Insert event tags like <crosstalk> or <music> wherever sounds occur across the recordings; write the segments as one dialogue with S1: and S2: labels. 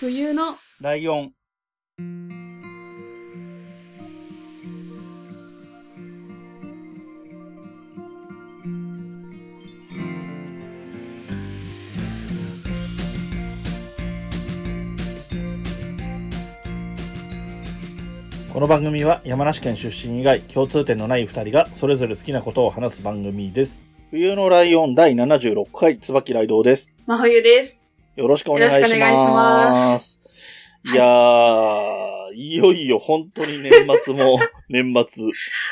S1: 冬の
S2: ライオン。この番組は山梨県出身以外共通点のない2人がそれぞれ好きなことを話す番組です。冬のライオン第76回椿雷道です。
S1: 真冬です。
S2: よろしくお願いします。
S1: よろしくお願いします
S2: いやー、いよいよ本当に年末も <laughs> 年末。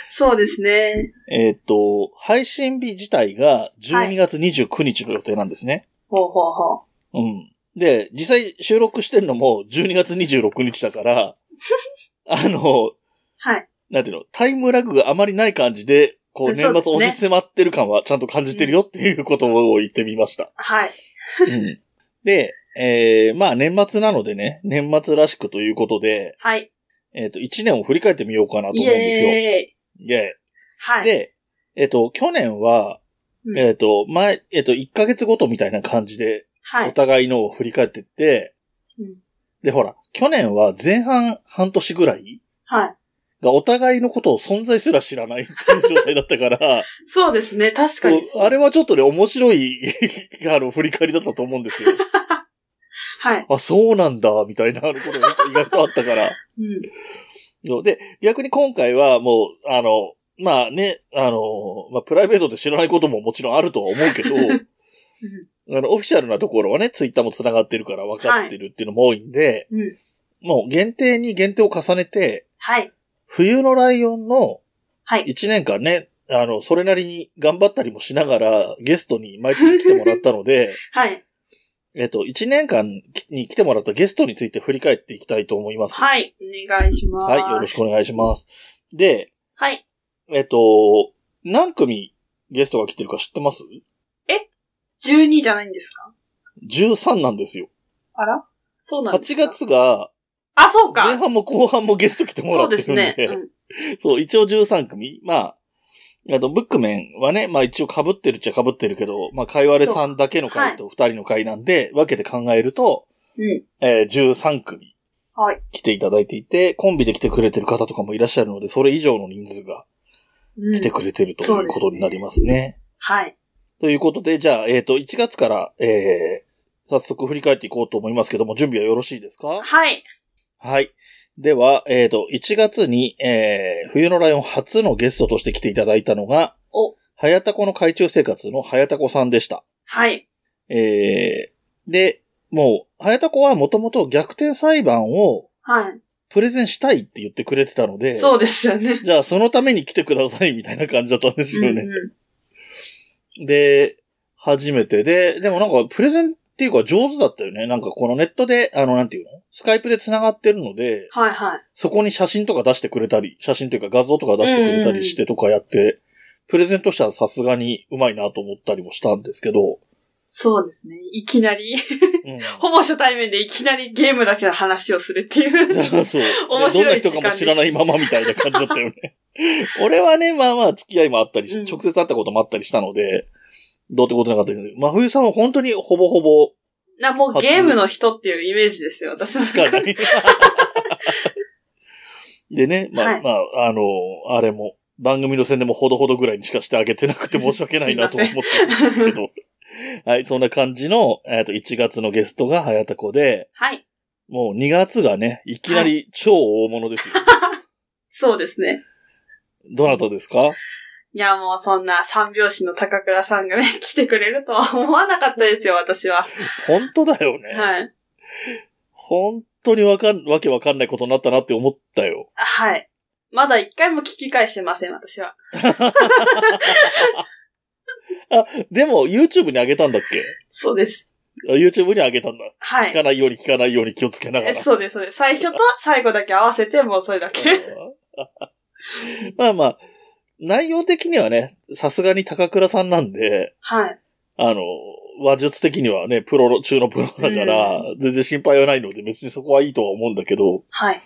S1: そうですね。
S2: えーっ、と、配信日自体が12月29日の予定なんですね。
S1: ほうほう <laughs> ほう。
S2: うん。で、実際収録してるのも12月26日だから、あの、
S1: はい。
S2: なんていうの、タイムラグがあまりない感じで、こう年末
S1: そうですね
S2: 押し迫ってる感はちゃんと感じてるよっていうことを言ってみました。
S1: はい。
S2: うんで、えー、まあ年末なのでね、年末らしくということで、
S1: はい。
S2: えっ、と、1年を振り返ってみようかなと
S1: イ
S2: 思うんですよ。イ
S1: エーイ。
S2: エー
S1: は
S2: イ
S1: い。
S2: で、えっ、と、去年は、
S1: うん
S2: えっ、と、前、えっ、と、1ヶ月ごとみたいな感じで、
S1: は
S2: お
S1: い。
S2: 互いのを振り返ってって、
S1: うん
S2: で、ほら、去年は前半半年ぐらい
S1: はい。
S2: がお互いのことを存在すら知らないっていう状態だったから、
S1: そうですね。確かに
S2: こうあれはちょっとね、面白い、 <laughs> あの、振り返りだったと思うんですよ。
S1: はい。
S2: あ、そうなんだ、みたいなことが意外とあったから。
S1: うん。
S2: そうで、逆に今回はもう、あの、まあね、あの、まあプライベートで知らないことももちろんあるとは思うけ
S1: <laughs>
S2: ど、あの、オフィシャルなところはね、ツイッターも繋がってるから分かってるっていうのも多いんで、
S1: はいうん
S2: もう限定に限定を重ねて、
S1: はい。
S2: 冬のライオンの
S1: はい。
S2: 1年間ね、あの、それなりに頑張ったりもしながら、ゲストに毎月来てもらった
S1: <laughs>
S2: ので、
S1: はい。
S2: えっと、1年間に来てもらったゲストについて振り返っていきたいと思います。
S1: はい。お願いします。
S2: はい、よろしくお願いします。で、
S1: はい。
S2: えっと、何組ゲストが来てるか知ってます
S1: 12じゃないんですか
S2: ?13 なんですよ。
S1: あらそうなんです
S2: 8
S1: か。。
S2: 月が、
S1: あ、そう
S2: 前
S1: か。
S2: 半も後半もゲスト来てもら
S1: そ
S2: っ
S1: う
S2: て
S1: で
S2: る
S1: す
S2: ん
S1: ね。う
S2: で、
S1: ん
S2: そう、一応13組。まあ、あと、ブックメンはね、まあ一応被ってるっちゃ被ってるけど、まあ、かいわれさんだけの回と2人の回なんで、分けて考えると、
S1: うん。
S2: えー13組
S1: はい。
S2: 来ていただいていて、コンビで来てくれてる方とかもいらっしゃるので、それ以上の人数が
S1: うん
S2: 来てくれてると
S1: そう
S2: いう
S1: ですね
S2: ことになりますね。
S1: はい。
S2: ということで、じゃあ、えっ、と、1月から、えー、早速振り返っていこうと思いますけども、準備はよろしいですか
S1: はい。
S2: はい。では、えっ、と、1月に、えー、冬のライオン初のゲストとして来ていただいたのが、
S1: お
S2: はやたこの海中生活のはやたこさんでした。
S1: はい。
S2: えー、で、もう、はやたこはもともと逆転裁判を
S1: はい。
S2: プレゼンしたいって言ってくれてたので、
S1: そうですよね。
S2: じゃあ、そのために来てくださいみたいな感じだったんですよね。
S1: うんうん
S2: で、初めてで、でもなんかプレゼンっていうか上手だったよね。なんかこのネットで、あの、なんていうのスカイプで繋がってるので、
S1: はいはい。
S2: そこに写真とか出してくれたり、写真というか画像とか出してくれたりしてとかやって、プレゼントしたらさすがにうまいなと思ったりもしたんですけど、
S1: そうですね。いきなり、
S2: うん。 <laughs>
S1: ほぼ初対面でいきなりゲームだけの話をするっていう。
S2: <laughs> そう。で
S1: 面白い
S2: どんな人かも知らないままみたいな感じだったよね。 <laughs> 俺はね、まあまあ付き合いもあったりし、
S1: うん
S2: 直接会ったこともあったりしたので、どうってことなかったけど、真冬さんは本当にほぼほぼ、
S1: な、もうゲームの人っていうイメージですよ、私の
S2: しか
S1: 中
S2: な
S1: で。
S2: い。 <laughs> でね、まあ、
S1: はい
S2: まあ、あの、あれも、番組の宣伝もほどほどぐらいにしかしてあげてな <laughs> くて申し訳ないなと
S1: すい
S2: 思
S1: ま
S2: っ
S1: せ
S2: てるんですけど。 <laughs> はい、そんな感じの、えっ、と、1月のゲストが早田子で、
S1: はい。
S2: もう2月がね、いきなり超大物です <laughs> よ。
S1: そうですね。
S2: どなたですか
S1: いや、もうそんな三拍子の高倉さんがね、来てくれるとは思わなかったですよ、私は。
S2: 本当だよね。
S1: はい。
S2: 本当にわかん、わけわかんないことになったなって思ったよ。
S1: はい。まだ一回も聞き返してません、私は。
S2: でも、YouTube にあげたんだっけ
S1: そうです。
S2: あ ?YouTube にあげたんだ。
S1: は
S2: 聞か
S1: い。
S2: ないように聞かないように気をつけなが
S1: え
S2: ら。
S1: そうです、そうです。最初と最後だけ合わせて、もうそれだけ。
S2: <laughs> まあまあ、内容的にはね、さすがに高倉さんなんで、
S1: はい。
S2: あの、話術的にはね、プロの、中のプロだから、全然心配はないので、別にそこはいいとは思うんだけど、
S1: はい。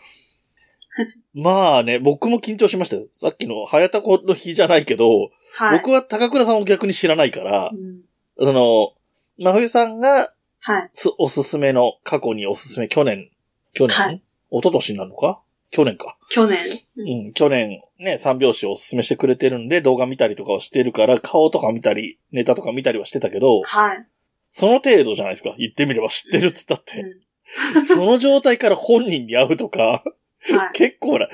S2: まあね、僕も緊張しましたよ。さっきの、早田子の日じゃないけど、
S1: はい。
S2: 僕は高倉さんを逆に知らないから
S1: う、ん
S2: その、真冬さんが、
S1: はい。
S2: すおすすめの、過去におすすめ、去年、去年、
S1: はい
S2: 一昨年になるのか去年か。
S1: 去年。
S2: うん、去年ね、三拍子をおすすめしてくれてるんで、動画見たりとかをしてるから、顔とか見たり、ネタとか見たりはしてたけど、
S1: はい。
S2: その程度じゃないですか。言ってみれば知ってるっつったっ
S1: う <laughs>
S2: て。
S1: ん
S2: その状態から本人に会うとか、
S1: はい。
S2: <laughs> 結構な、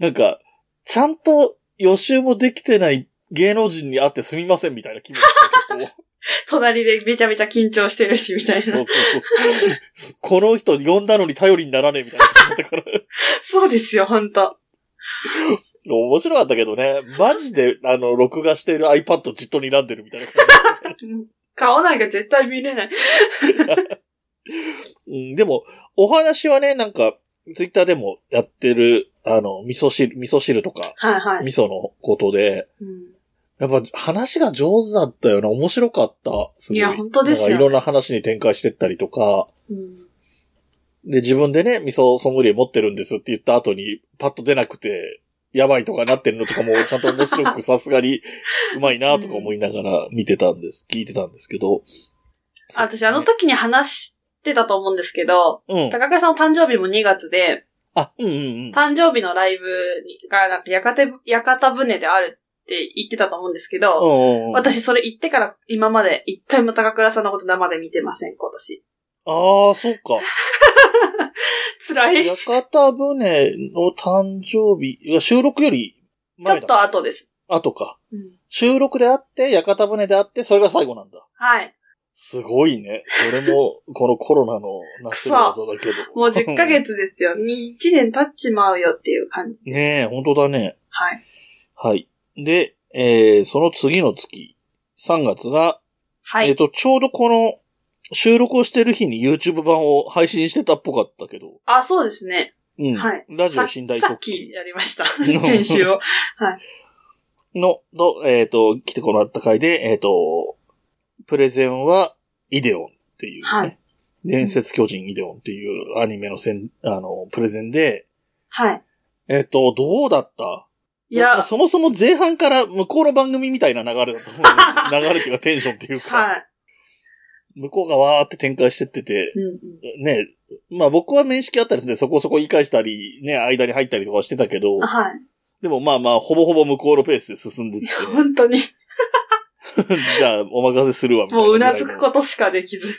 S2: なんか、ちゃんと予習もできてない芸能人に会ってすみませんみたいな気分で結構
S1: 隣でめちゃめちゃ緊張してるし、みたい
S2: そ
S1: な
S2: う。そうそう。この人呼んだのに頼りにならねえみたいな感じだから。
S1: そうですよ、ほんと。
S2: 面白かったけどね。マジで、あの、録画している iPad じっと睨んでるみたいな感
S1: うん顔なんか絶対見れない。
S2: じ。うん、でも、お話はね、なんか、ツイッターでもやってる、あの、味噌汁、味噌汁とか、
S1: はいはい。
S2: 味噌のことで、
S1: うん
S2: やっぱ話が上手だったよな。面白かった。すごい。
S1: いや本当ですよ
S2: なんかいろんな話に展開してったりとか、
S1: うん
S2: で、自分でね、味噌ソムリエ持ってるんですって言った後に、パッと出なくて、やばいとかなってるのとかも、ちゃんと面白くさす
S1: <laughs>
S2: がに、うまいなとか思いながら見てたんです、聞いてたんですけど。
S1: あ私、あの時に話してたと思うんですけど、
S2: うん。
S1: 高倉さんの誕生日も2月で、
S2: あ、うんうん
S1: 誕生日のライブが、なんか、屋形、屋形船であるって言ってたと思うんですけ
S2: う
S1: ど、
S2: ん。うん。
S1: 私それ言ってから今まで一回も高倉さんのこと生で見てません、今年。
S2: ああ、そっか。
S1: 辛い。ち
S2: 屋形船の誕生日、いや収録より
S1: ょ
S2: 前
S1: っ
S2: だ。
S1: と後です。
S2: 後か。
S1: うん
S2: 収録であって、屋形船であって、それが最後なんだ。
S1: はい。
S2: すごいね。それ
S1: <laughs>
S2: も、このコロナの夏の技だけど。
S1: もう10ヶ。月ですよ。1年経っちまうよっていう感じです。
S2: ねえ、本当だね。
S1: はい。
S2: はい。で、えー、その次の月、3月が、
S1: は
S2: えっ、
S1: い。
S2: と、ちょうどこの、収録をしてる日に YouTube 版を配信してたっぽかったけど。
S1: あ、そうですね。
S2: うん。
S1: はい。
S2: ラジオ
S1: さ
S2: 寝台
S1: さっ
S2: 特
S1: き
S2: 急
S1: やりま
S2: <laughs>
S1: した。編集を。
S2: の、のえっ、と、来てこらった回で、えっ、と、プレゼンは、イデオンっていう、ね
S1: はい
S2: 伝説巨人イデオンっていうアニメのせん、あの、プレゼンで、 <laughs>
S1: はい。
S2: えっ、と、どうだった
S1: い
S2: まあ
S1: や、
S2: そもそも前半から向こうの番組みたいな流れだと思う。
S1: <laughs>
S2: 流れっていうかテンションっていうか。
S1: はい。
S2: 向こうがわーって展開してってて、
S1: うんうん
S2: ね、まあ僕は面識あったりするんで、そこそこ言い返したり、ね、間に入ったりとかはしてたけど、
S1: はい。
S2: でもまあまあ、ほぼほぼ向こうのペースで進んでって、
S1: 本当
S2: <laughs>
S1: に、
S2: じゃあお任せするわ、みたいな。
S1: もううなずくことしかできず。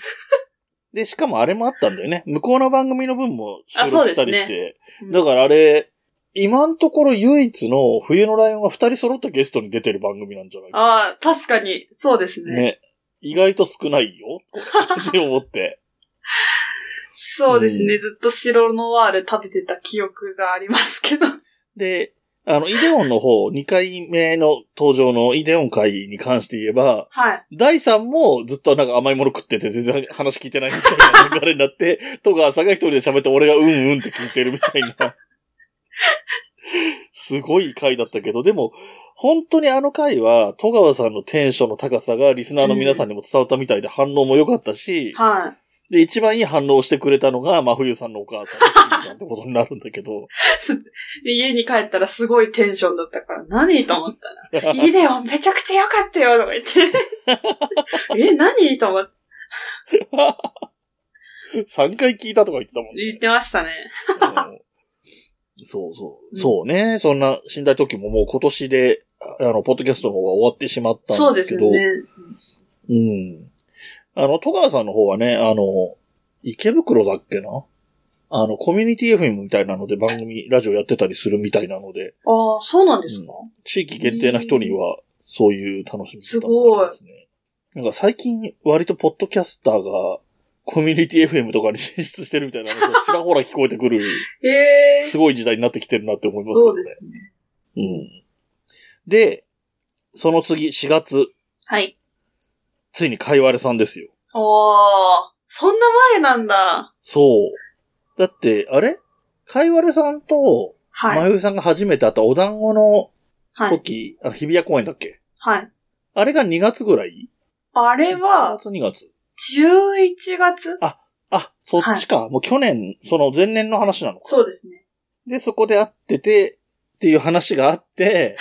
S2: で、しかもあれもあったんだよね。向こうの番組の分も収
S1: あそう
S2: 録
S1: で
S2: した
S1: す
S2: り
S1: ね
S2: して。だからあれ、今のところ唯一の冬のライオンが二人揃ったゲストに出てる番組なんじゃないかな。
S1: ああ、確かに、そうですね。
S2: ね。意外と少な
S1: <laughs>
S2: いよ、これって思って。
S1: そうですね、
S2: う
S1: ずっと白ノワール食べてた記憶があります
S2: <laughs>
S1: けど。
S2: で、あの、イデオンの方、2回目の登場のイデオン会に関して言えば、
S1: はい。
S2: 第さんもずっとなんか甘いもの食ってて全然話聞いてないみたいな流れになって、 <laughs> 戸川さんが一人で喋って俺がうんうんって聞いてるみたいな。 <laughs> すごい回だったけど、でも、本当にあの回は、戸川さんのテンションの高さがリスナーの皆さんにも伝わったみたいで反応も良かったし、
S1: はい。
S2: で、一番いい反応をしてくれたのが、真冬さんのお母さんだってことになるんだけど、 <laughs>
S1: すで家に帰ったらすごいテンションだったから、何と思った
S2: <laughs>
S1: ら。いいだよ、めちゃくちゃ良かったよ、とか言って。え、何と思って
S2: 3回聞いたとか言ってたもん
S1: 言ってましたね。
S2: ね。うん <laughs> そうそう。そうね。そんな寝台特急ももう今年で、あの、ポッドキャストの方が終わってしまった
S1: そうん
S2: で
S1: ですす
S2: け
S1: よ
S2: ど、
S1: ね。
S2: うん。あの、戸川さんの方はね、あの、池袋だっけなあの、コミュニティ FM みたいなので番組、ラジオやってたりするみたいなので、
S1: ああ、そうなんですか、
S2: 地域限定な人には、そういう楽しみ方もありますね。なんか最近、割とポッドキャスターが、コミュニティ FM とかに進出してるみたいな話がちらほら聞こえてくる、
S1: ええ
S2: <laughs> すごい時代になってきてるなって思います
S1: そうですね。
S2: けどね。うん。で、その次、4月、
S1: はい。
S2: ついにかいわれさんですよ。
S1: おー、そんな前なんだ。
S2: そう。だって、あれかいわれさんと、ま
S1: はい。
S2: ゆうさんが初めて会ったお団子の
S1: はい。
S2: 時、あ日比谷公園だっけ
S1: はい。
S2: あれが2月ぐらい
S1: あれは、
S2: ?1 月2月。
S1: 11月
S2: あ、そっちか。もう去年、その前年の話なのか。
S1: そうですね。
S2: で、そこで会ってて、っていう話があ
S1: <laughs>
S2: って、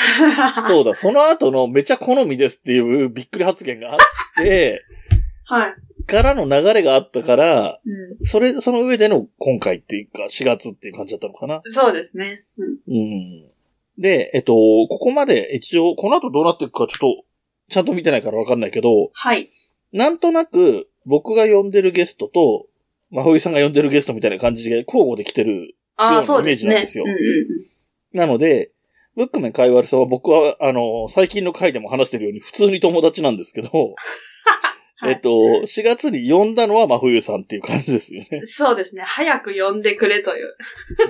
S2: そうだ、その後のめちゃ好みですっていうびっくり発言があって、
S1: はい。
S2: からの流れがあったから、
S1: う
S2: それ、その上での今回っていうか、4月っていう感じだったのかな。
S1: ん。そうですね。うん。
S2: うん。で、えっと、ここまで一応、この後どうなっていくかちょっと、ちゃんと見てないからわかんないけど、
S1: はい。
S2: なんとなく、僕が呼んでるゲストと、まほいさんが呼んでるゲストみたいな感じで交互で来てる。
S1: あ
S2: よう
S1: あ、
S2: な
S1: そうです
S2: イメージな
S1: ね。
S2: んですよ
S1: うんうん
S2: なので、ブックメン会話さんは僕は、あの、最近の回でも話してるように普通に友達なんですけど、
S1: <laughs> はい
S2: えっと、4月に呼んだのは真冬さんっていう感じですよね
S1: う。ん。そうですね。早く呼んでくれという。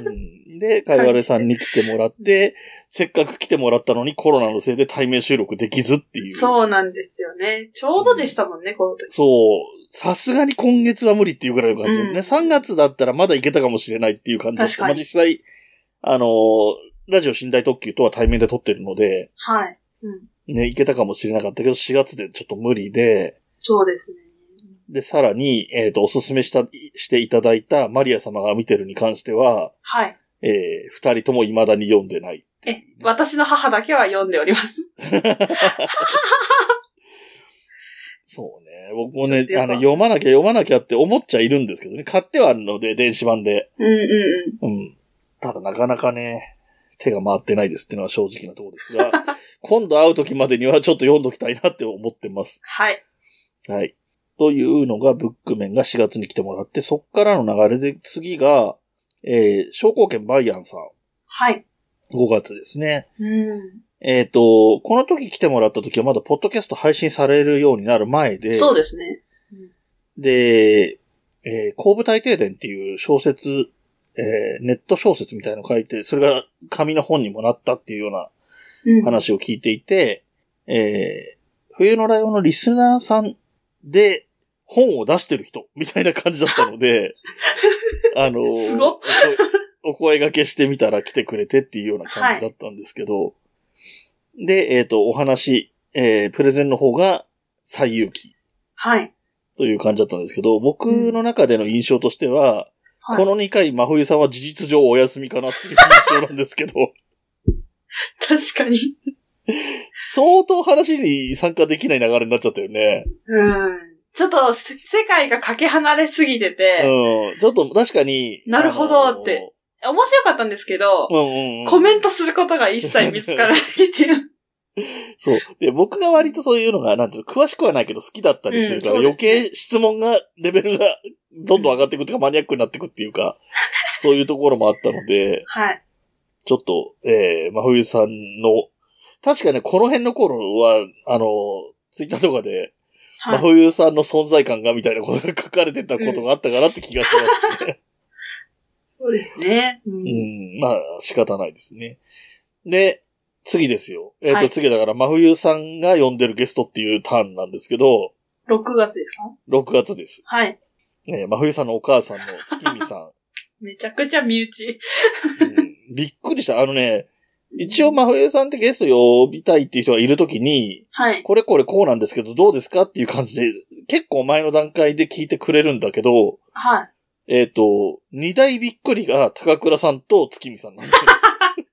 S2: うんで、かいわれさんに来てもらって、せっかく来てもらったのにコロナのせいで対面収録できずっていう。う。
S1: そうなんですよね。ちょうどでしたもんね、この時。
S2: そう。さすがに今月は無理っていうぐらいの感じだよね。
S1: うん
S2: 3月だったらまだいけたかもしれないっていう感じだった
S1: 確かに
S2: まあ実際、あのーラジオ寝台特急とは対面で撮ってるので、
S1: はい。うん。
S2: ね、いけたかもしれなかったけど、4月でちょっと無理で、
S1: そうですね。
S2: で、さらに、えっ、と、おすすめした、していただいたマリア様が見てるに関しては、
S1: はい。
S2: えー二人とも未だに読んでない。
S1: え、私の母だけは読んでおります。
S2: そうね。僕
S1: そ
S2: も
S1: う
S2: ね
S1: ってい、うか
S2: あの、読まなきゃ読まなきゃって思っちゃいるんですけどね。買ってはあるので、電子版で。
S1: うんうんうん。
S2: うん。ただなかなかね、手が回ってないですっていうのは正直なところで
S1: <laughs>
S2: すが、今度会う時までにはちょっと読んどきたいなって思ってます。
S1: はい。
S2: はい。というのが、ブックメンが4月に来てもらって、そっからの流れで次が、えー、商工券バイアンさん、
S1: はい。
S2: 5月ですね。
S1: うん。
S2: えっ、と、この時来てもらった時はまだポッドキャスト配信されるようになる前で、
S1: そうですね。
S2: で、えー、後部大停電っていう小説、えーネット小説みたいなのを書いて、それが紙の本にもなったっていうような
S1: うん。
S2: 話を聞いていて、えー冬のライオンのリスナーさんで本を出してる人みたいな感じだった
S1: <laughs>
S2: ので、あのー
S1: すごっ
S2: <laughs> おお声掛けしてみたら来てくれてっていうような感じだったんですけど、で、えっ、と、お話、えープレゼンの方が最有機
S1: はい。
S2: という感じだったんですけど、僕の中での印象としては、
S1: はい
S2: この2回、真冬さんは事実上お休みかなっていう印象なんですけ
S1: <laughs>
S2: ど、
S1: 確かに。
S2: 相当話に参加できない流れになっちゃったよね。
S1: うん。ちょっと、せ世界がかけ離れすぎてて、
S2: うん。ちょっと確かに。
S1: なるほどって面白かったんですけど
S2: あ、の。うんうんうん。
S1: コメントすることが一切見つからないって
S2: <laughs>
S1: いう。
S2: そう。で、僕が割とそういうのが、なんていうの、詳しくはないけど好きだったりするから、
S1: うんそうで
S2: 余
S1: すね
S2: 計質問が、レベルがどんどん上がっていくっていうか、マニアックになっていくっていうか、そういうところもあったので、
S1: はい。
S2: ちょっと、えー、真冬さんの、確かね、この辺の頃は、あの、ツイッターとかで、
S1: は
S2: 真
S1: い。
S2: 冬さんの存在感がみたいなことが書かれてたことがあったかなって気がしますね。
S1: <laughs> そうですね。う。
S2: うんん、まあ、仕方ないですね。で、次ですよ。えっ、と、
S1: はい
S2: 次だから、真冬さんが呼んでるゲストっていうターンなんですけど、
S1: 6月ですか
S2: 6月です。
S1: はい。
S2: えー真冬さんのお母さんの月見さ
S1: <laughs>
S2: ん。
S1: めちゃくちゃ身内。
S2: うんびっくりした。あのね、一応真冬さんってゲスト呼びたいっていう人がいるときに、
S1: はい。
S2: これこれこうなんですけど、どうですかっていう感じで、結構前の段階で聞いてくれるんだけど、
S1: はい。
S2: えっ、と、二大びっくりが高倉さんと月見さんなんですよ。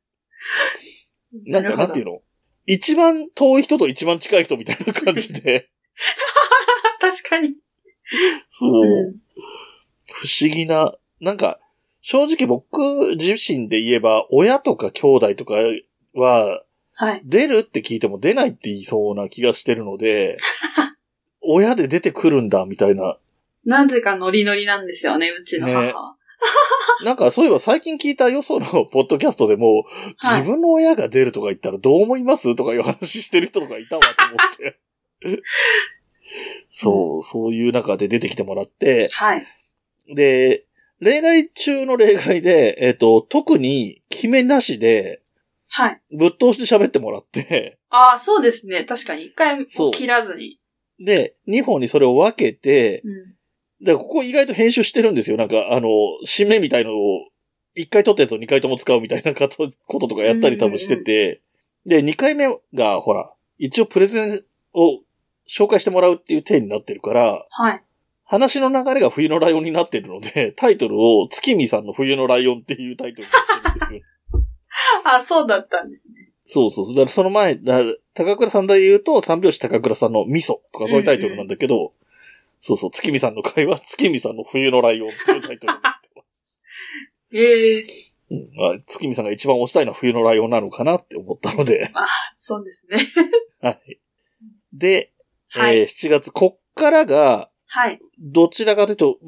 S2: なんか、なんていう
S1: の
S2: の一番遠い人と一番近い人みたいな感じで。
S1: <laughs> 確かに。
S2: <laughs> そう。
S1: ん。
S2: 不思議な。なんか、正直僕自身で言えば、親とか兄弟とかは、
S1: はい。
S2: 出るって聞いても出ないって言いそうな気がしてるの <laughs> で、親で出てくるんだ、みたいな。
S1: なぜかノリノリなんですよね、うちの母
S2: ね
S1: は。
S2: なんかそういえば最近聞いたよそのポッドキャストでも、
S1: はい
S2: 自分の親が出るとか言ったらどう思いますとかいう話してる人とかいたわと思って。そう、そういう中で出てきてもらって、
S1: はい。
S2: で、例外中の例外で、えっ、と、特に決めなしで、
S1: はい。
S2: ぶっ通して喋ってもらって、
S1: ああ、そうですね。確かに。一回も切らずに。
S2: で、2本にそれを分けて、
S1: うん。
S2: で、ここ意外と編集してるんですよ。なんか、あの、締めみたいのを、1回撮ったやつを2回とも使うみたいなことこととかやったり多分してて、で、2回目が、ほら、一応プレゼンを紹介してもらうっていう体になってるから、
S1: はい。
S2: 話の流れが冬のライオンになってるので、タイトルを月見さんの冬のライオンっていうタイトルにしてるんですよ。
S1: あ、そうだったんですね。
S2: <laughs> そうそうそう。だからその前、だ高倉さんで言うと、三拍子高倉さんの味噌とかそういうタイトルなんだけど、そうそう、月見さんの会は、月見さんの冬のライオンっていうタイトルになってま
S1: ええ
S2: すうんまあ月見さんが一番推したいのは冬のライオンなのかなって思った
S1: <laughs>
S2: ので。
S1: そうですね。
S2: はい。で、
S1: はい。
S2: えー7月、こっからが、
S1: はい。
S2: どちらかというと、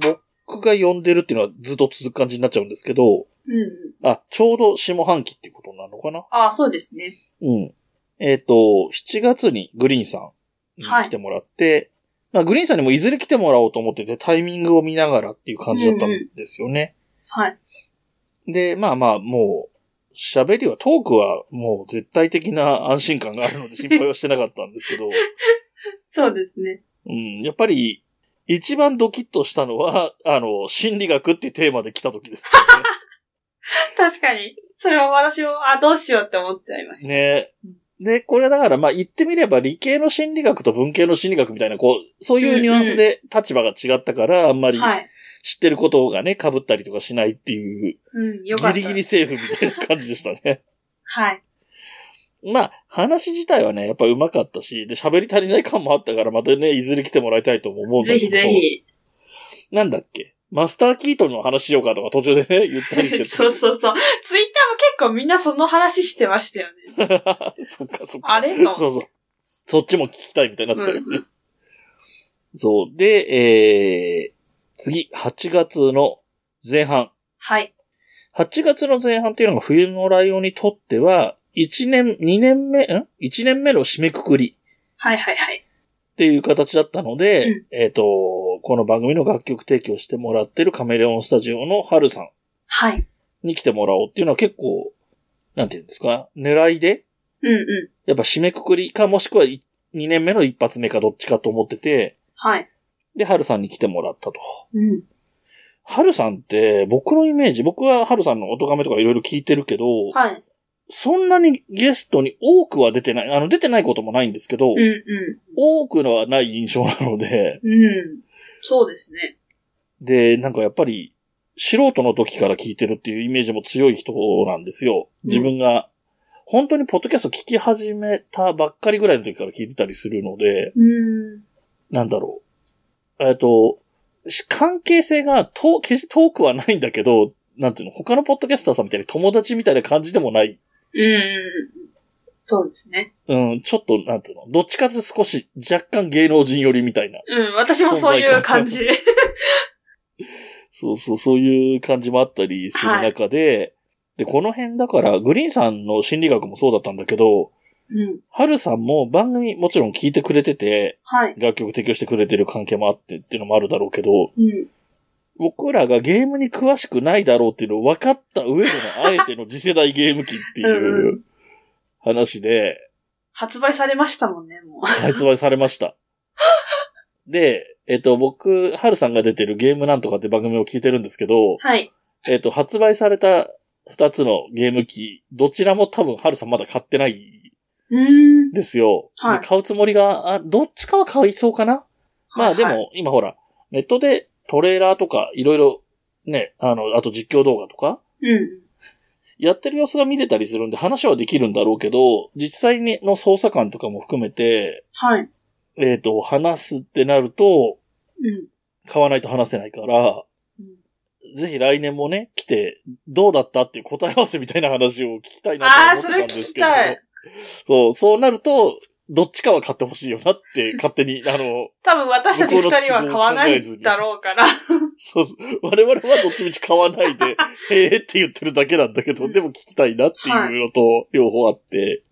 S2: 僕が読んでるっていうのはずっと続く感じになっちゃうんですけど、
S1: うんうん。
S2: あ、ちょうど下半期っていうことなのかな
S1: ああ、そうですね。
S2: うん。えっ、と、7月にグリーンさんに
S1: はい
S2: 来てもらって、まあグリーンさんにもいずれ来てもらおうと思ってて、タイミングを見ながらっていう感じだったんですよね。
S1: はい。
S2: で、まあまあ、もう、喋りは、トークはもう絶対的な安心感があるので心配はしてなかったんで
S1: <laughs>
S2: すけど、
S1: そうですね。
S2: うん、やっぱり、一番ドキッとしたのは、あの、心理学っていうテーマで来た時です
S1: <laughs> 確かに。それは私も、あ、どうしようって思っちゃいました。
S2: ね。で、これだから、まあ、言ってみれば理系の心理学と文系の心理学みたいな、こう、そういうニュアンスで立場が違ったから、あんまり
S1: はい。
S2: 知ってることがね、被ったりとかしないっていう、
S1: うん、よか
S2: ギ
S1: った。
S2: リギリセーフみたいな感じでしたね。
S1: はい。
S2: まあ、話自体はね、やっぱ上手かったし、で、喋り足りない感もあったから、またね、いずれ来てもらいたいとも思うんだけ
S1: ぜひ
S2: ど。
S1: ぜひ。
S2: なんだっけマスターキートンの話しようかとか途中で
S1: <laughs>
S2: ね、言ったりしてて。
S1: そうそうそう。ツイッターも結構みんなその話してましたよね。
S2: <laughs> そっかそっか。
S1: あれと
S2: そうそう。そっちも聞きたいみたいになってたよね。
S1: う
S2: そう。で、えー、次、8月の前半。
S1: はい。
S2: 8月の前半っていうのが冬のライオンにとっては、1年、2年目、ん ?1 年目の締めくくり
S1: はいはいはい。
S2: っていう形だったので、
S1: う
S2: えっ、と、この番組の楽曲提供してもらってるカメレオンスタジオのハルさん
S1: はい。
S2: に来てもらおうっていうのは結構、なんていうんですか狙いで
S1: うんうん。
S2: やっぱ締めくくりか、もしくは2年目の一発目かどっちかと思ってて、
S1: はい。
S2: で、春さんに来てもらったと。
S1: うん。
S2: 春さんって、僕のイメージ、僕は春さんの音亀とかいろいろ聞いてるけど、
S1: はい。
S2: そんなにゲストに多くは出てない、あの、出てないこともないんですけど、
S1: うんう
S2: 多くのはない印象なので、
S1: ん。うん。そうですね。
S2: で、なんかやっぱり、素人の時から聞いてるっていうイメージも強い人なんですよ。自分が、本当にポッドキャスト聞き始めたばっかりぐらいの時から聞いてたりするので、
S1: うん。
S2: なんだろう。えっと、し関係性が、と、決して遠くはないんだけど、なんていうの、他のポッドキャスターさんみたいに友達みたいな感じでもない。
S1: うんうんうん。そうですね。
S2: うん、ちょっと、なんていうの、どっちかというと少し若干芸能人寄りみたいな。
S1: うん。私もそういう感じ。
S2: そうそう、そういう感じもあったりする中で、で、この辺だから、グリーンさんの心理学もそうだったんだけど、
S1: <laughs> うん。
S2: ハルさんも番組もちろん聞いてくれてて、
S1: はい。
S2: 楽曲提供してくれてる関係もあってっていうのもあるだろうけど、
S1: うん。
S2: 僕らがゲームに詳しくないだろうっていうのを分かった上での、あえての次世代ゲーム機っ
S1: う
S2: て
S1: ん
S2: いうう話で
S1: 発売されましたもんね、も
S2: <laughs>
S1: う。
S2: 発売されました。で、えっと、僕、ハルさんが出てるゲームなんとかって番組を聞いてるんですけど、
S1: はい。
S2: えっと、発売された二つのゲーム機、どちらも多分ハルさんまだ買ってないん
S1: うん。
S2: ですよ。
S1: はい
S2: で買うつもりが、あ、どっちかは買いそうかなまあで
S1: はい。
S2: も、今ほら、ネットでトレーラーとか、いろいろ、ね、あの、あと実況動画とか、
S1: うん。
S2: やってる様子が見れたりするんで話はできるんだろうけど、実際にの捜査官とかも含めて、
S1: はい。
S2: えっ、と、話すってなると、
S1: うん。
S2: 買わないと話せないから、
S1: うん
S2: ぜひ来年もね、来て、どうだったっていう答え合わせみたいな話を聞きたいな
S1: あー
S2: と思ってたんですけど。
S1: それ聞きたい
S2: そう、そうなると、どっちかは買ってほしいよなって、勝手に、あの、
S1: 多分私たち二人は買わないだろうから。
S2: そう、我々はどっちみち買わない
S1: <laughs>
S2: で、へえって言ってるだけなんだけど、でも聞きたいなっていうのと、両方あって、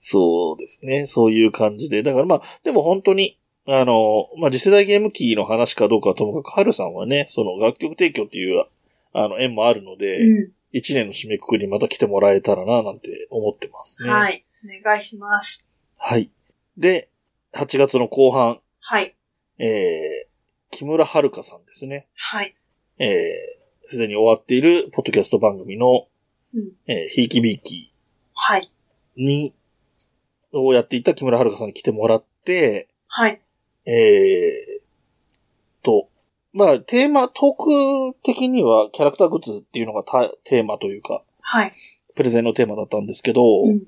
S2: そうですね、そういう感じで。だからまあ、でも本当に、あの、まあ、次世代ゲーム機の話かどうかはともかく、ハルさんはね、その楽曲提供っていう、あの、縁もあるので、
S1: う
S2: 一年の締めくくりにまた来てもらえたらな、なんて思ってます
S1: ん。
S2: ね。。
S1: はいい。お願いします。
S2: はい。で、8月の後半、
S1: はい。
S2: えー、木村遥さんですね。
S1: はい。
S2: えーすでに終わっているポッドキャスト番組の、
S1: うん
S2: えーひいきびいき
S1: はい。
S2: に、をやっていた木村遥さんに来てもらって、
S1: はい。
S2: えーと、まあ、テーマ、トーク的にはキャラクターグッズっていうのがたテーマというか、
S1: はい。
S2: プレゼンのテーマだったんですけど、
S1: うん。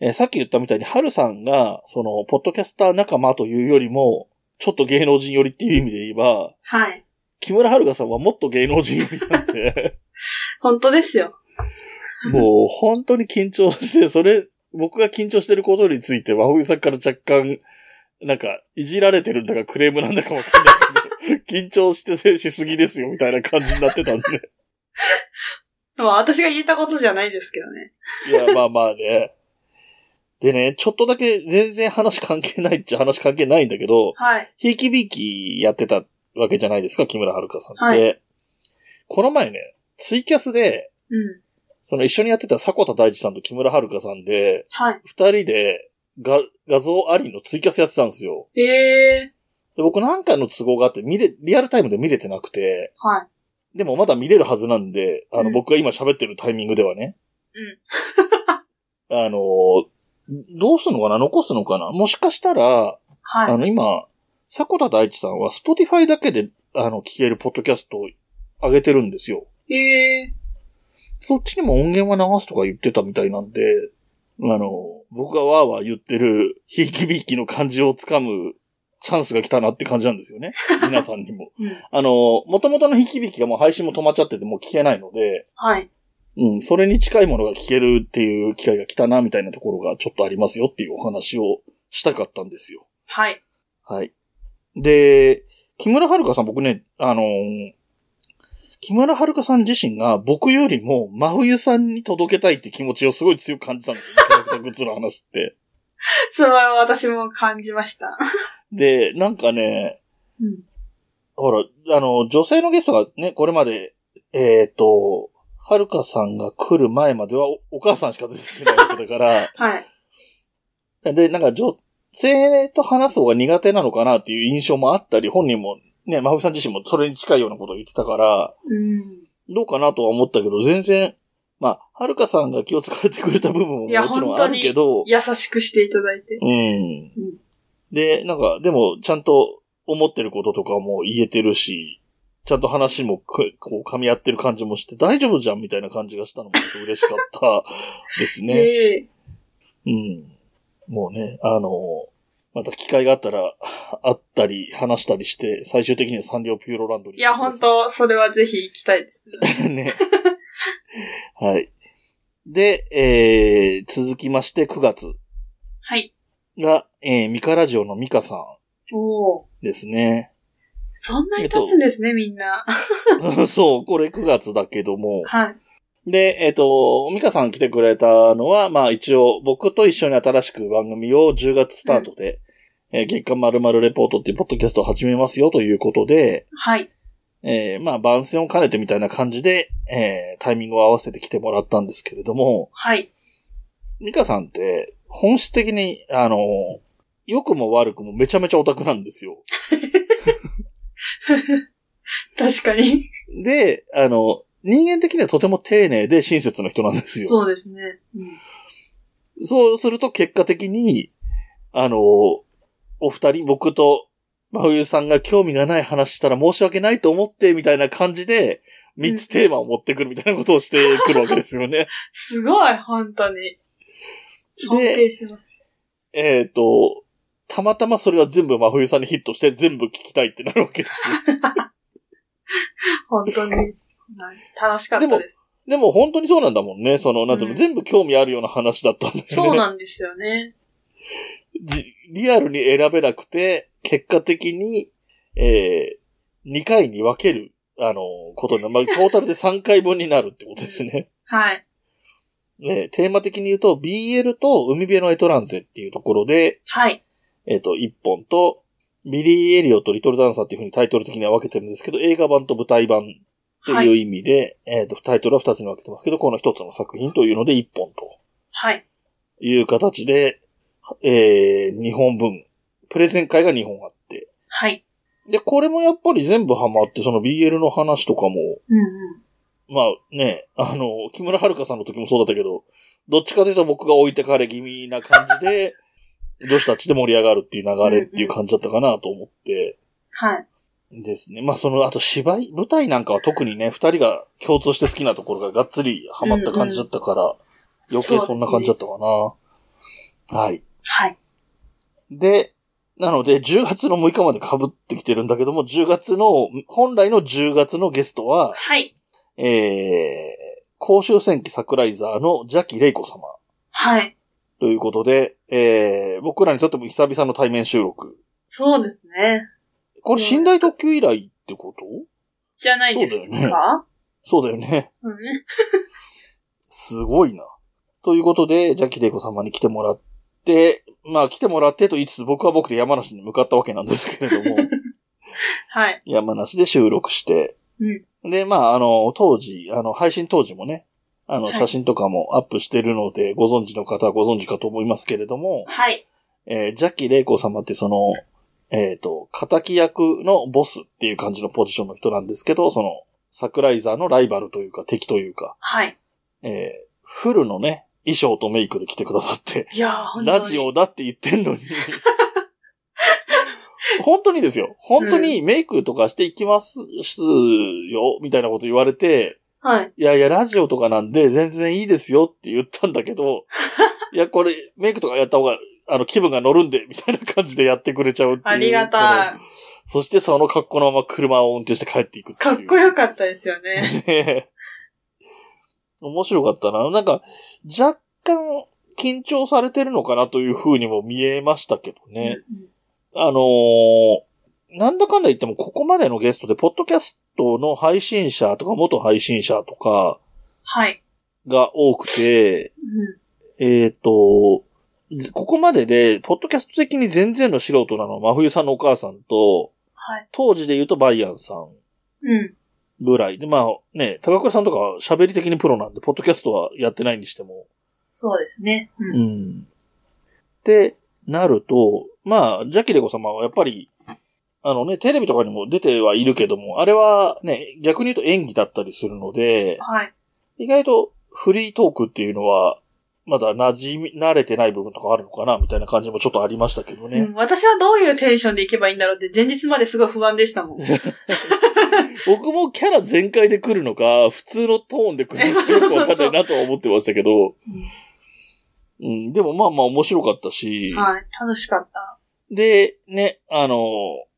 S2: えーさっき言ったみたいに、春さんが、その、ポッドキャスター仲間というよりも、ちょっと芸能人寄りっていう意味で言えば、
S1: はい。
S2: 木村遥さんはもっと芸能人寄りなんで、
S1: 本当ですよ。
S2: もう本当に緊張して、それ、僕が緊張してることについて、和風さんから若干、なんか、いじられてるんだかクレームなんだかわかんないけど、緊張してしすぎですよ、みたいな感じになってたんで。
S1: まあ私が言えたことじゃないですけどね。
S2: いや、まあまあね。でね、ちょっとだけ全然話関係ないっちゃ話関係ないんだけど、
S1: はい。
S2: ひいきびいきやってたわけじゃないですか、木村遥さんって。
S1: は
S2: この前ね、ツイキャスで、
S1: うん。そ
S2: その一緒にやってた迫田大地さんと木村遥さんで、
S1: はい。
S2: 二人で画画像ありのツイキャスやってたんですよ。
S1: ええ
S2: で僕なんかの都合があって、見れ、リアルタイムで見れてなくて、
S1: はい。
S2: でもまだ見れるはずなんで、あ
S1: う
S2: の、
S1: ん
S2: 僕が今喋ってるタイミングではね。 <laughs> あのー、どうすんのかな残すのかなもしかしたら、
S1: は
S2: あ
S1: い。
S2: の、今、迫田大地さんは Spotify だけで、あの、聞けるポッドキャストを上げてるんですよ。
S1: ええ
S2: そっちにも音源は流すとか言ってたみたいなんで、あの、僕がわーわー言ってる、ひいきびいきの感じをつかむチャンスが来たなって感じなんですよね。皆さんにも。
S1: うん。
S2: あの、元々のひいきびいきがもう配信も止まっちゃっててもう聞けないので、
S1: はい。
S2: うん、それに近いものが聞けるっていう機会が来たな、みたいなところがちょっとありますよっていうお話をしたかったんですよ。
S1: はい。
S2: はい。で、木村遥さん僕ね、あのー木村遥さん自身が僕よりも真冬さんに届けたいって気持ちをすごい強く感じたんで
S1: <laughs>
S2: すよ。キャラクターグッズの話って。
S1: それは私も感じました。
S2: で、なんかね、
S1: うん。
S2: ほら、あの、女性のゲストがね、これまで、えっ、と、遥さんが来る前まではおお母さんしか出てきてないわけだから、
S1: はい。
S2: で、なんか女性と話す方が苦手なのかなっていう印象もあったり、本人も、ね、まふさん自身もそれに近いようなことを言ってたから、
S1: うん。
S2: どうかなとは思ったけど、全然、まあ、はるかさんが気を使ってくれた部分もも
S1: いや
S2: ちろんあるけど、
S1: 優しくしていただいて。
S2: うん
S1: うん。
S2: で、なんか、でも、ちゃんと思ってることとかも言えてるし、ちゃんと話もくこう噛み合ってる感じもして、大丈夫じゃんみたいな感じがしたのもちょっと嬉しかったですね。
S1: ええ
S2: うん。もうね、あの、また機会があったら、あったり、話したりして、最終的にはサンリオピューロランドに。
S1: いや、本。当それはぜひ行きたいです。
S2: <laughs> ね。はい。で、えー、続きまして9月
S1: はい。
S2: が、えー、ミカラジオのミカさん
S1: おお。
S2: ですね。 <laughs>
S1: そんなに経つんですね、みんな。
S2: そう、これ9月だけども。
S1: はい。
S2: で、えっ、と、ミカさん来てくれたのは、まあ一応、僕と一緒に新しく番組を10月スタートで、えー月間まるレポートっていうポッドキャストを始めますよということで、
S1: はい。
S2: えーまあ番宣を兼ねてみたいな感じで、えータイミングを合わせて来てもらったんですけれども、
S1: はい。
S2: ミカさんって、本質的に、あの、良くも悪くもめちゃめちゃオタクなんですよ。
S1: 確かに。
S2: で、あの、人間的にはとても丁寧で親切な人なんです
S1: <laughs>
S2: よ。
S1: そうですね。うん
S2: そうすると結果的に、あの、お二人、僕と、真冬さんが興味がない話したら申し訳ないと思って、みたいな感じで、三つテーマを持ってくるみたいなことをしてくるわけですよね。
S1: すごい、本当に。尊敬します。
S2: えっと、たまたまそれが全部真冬さんにヒットして全部聞きたいってなるわ
S1: <laughs>
S2: けですよ。
S1: 本 <laughs> 当に。はい楽しかったです。
S2: でも本当にそうなんだもんね。その、なんていうの、
S1: うん
S2: 全部興味あるような話だったんだよね。
S1: そうなんですよね。
S2: じリアルに選べなくて、結果的に、えー、2回に分ける、あの、ことになる。まあ、トータルで3回分になるってことです
S1: <laughs>
S2: ね。
S1: はい。
S2: ねテーマ的に言うと、BL と海辺のエトランゼっていうところで、
S1: はい。
S2: えっ、と、1本と、ビリー・エリオとリトルダンサーっていうふうにタイトル的には分けてるんですけど、映画版と舞台版って
S1: は
S2: いう
S1: い。
S2: 意味で、えっ、と、タイトルは2つに分けてますけど、この1つの作品というので1本と。
S1: はい。
S2: いう形で、えー、2本分。プレゼン会が2本あって。
S1: はい。
S2: で、これもやっぱり全部ハマって、その BL の話とかも、
S1: うんうん。
S2: まあね、あの、木村遥さんの時もそうだったけど、どっちかというと僕が置いてかれ気味な感じで、女子たちで盛り上がるっていう流れっていう感じだったかなと思って、
S1: はい。
S2: ですね。まあその、あと芝居、舞台なんかは特にね、二人が共通して好きなところががっつりハマった感じだったから、余計そんな感じだったかな。はい。
S1: はい。
S2: で、なので、10月の6日まで被ってきてるんだけども、10月の、本来の10月のゲストは、
S1: はい。
S2: えー、公衆戦記サクライザーのジャキレイコ様
S1: はい。
S2: ということで、えー、僕らにとっても久々の対面収録。
S1: そうですね。
S2: これ、寝台特急以来ってこと
S1: じゃないです
S2: そうだ
S1: か
S2: そうだよね。
S1: うん。
S2: すごいな。ということで、ジャキレイコ様に来てもらって、まあ来てもらってと言いつつ僕は僕で山梨に向かったわけなんですけ
S1: <laughs>
S2: れども、
S1: はい。
S2: 山梨で収録して、で、まああの、当時、あの、配信当時もね、あ
S1: は
S2: の、
S1: い
S2: 写真とかもアップしてるので、ご存知の方はご存知かと思いますけれども、
S1: はい。
S2: えージャッキー・レイコー様ってその、えっ、と、仇役のボスっていう感じのポジションの人なんですけど、その、サクライザーのライバルというか敵というか、
S1: はい。
S2: えーフルのね、衣装とメイクで来てくださって、
S1: いやー、本当に。
S2: ラジオだって言ってんのに。 <laughs> 本当にですよ。本当にメイクとかしていきますよ、みたいなこと言われて、
S1: はい。
S2: いやいや、ラジオとかなんで全然いいですよって言ったんだ
S1: <laughs>
S2: けど、いや、これ、メイクとかやった方が、あの、気分が乗るんで、みたいな感じでやってくれちゃうっていう。
S1: ありがたい。
S2: そしてその格好のまま車を運転して帰っていくって
S1: か
S2: いう
S1: っこよかったですよね。
S2: ねえ面白かったな。なんか、若干緊張されてるのかなという風にも見えましたけどね。あのーなんだかんだ言ってもここまでのゲストで、ポッドキャストの配信者とか元配信者とか
S1: はい。
S2: が多くて、
S1: うん
S2: えっ、と、ここまでで、ポッドキャスト的に全然の素人なのは真冬さんのお母さんと、
S1: はい
S2: 当時で言うとバイアンさん
S1: うん。
S2: ぐらいで、まあね、高倉さんとかは喋り的にプロなんで、ポッドキャストはやってないにしても。
S1: そうですね。うん
S2: ん。ってなると、まあ、ジャキレコ様はやっぱり、あのね、テレビとかにも出てはいるけども、あれはね、逆に言うと演技だったりするので、
S1: はい。
S2: 意外とフリートークっていうのは、まだ馴染み、慣れてない部分とかあるのかな、みたいな感じもちょっとありましたけど
S1: う
S2: ね。
S1: ん私はどういうテンションで行けばいいんだろうって前日まですごい不安でしたもん。
S2: 僕もキャラ全開で来るのか、普通のトーンで来るのかよくわかんないなとは思ってましたけど、うん、でもまあまあ面白かったし、
S1: はい。楽しかった。
S2: で、ね、あの、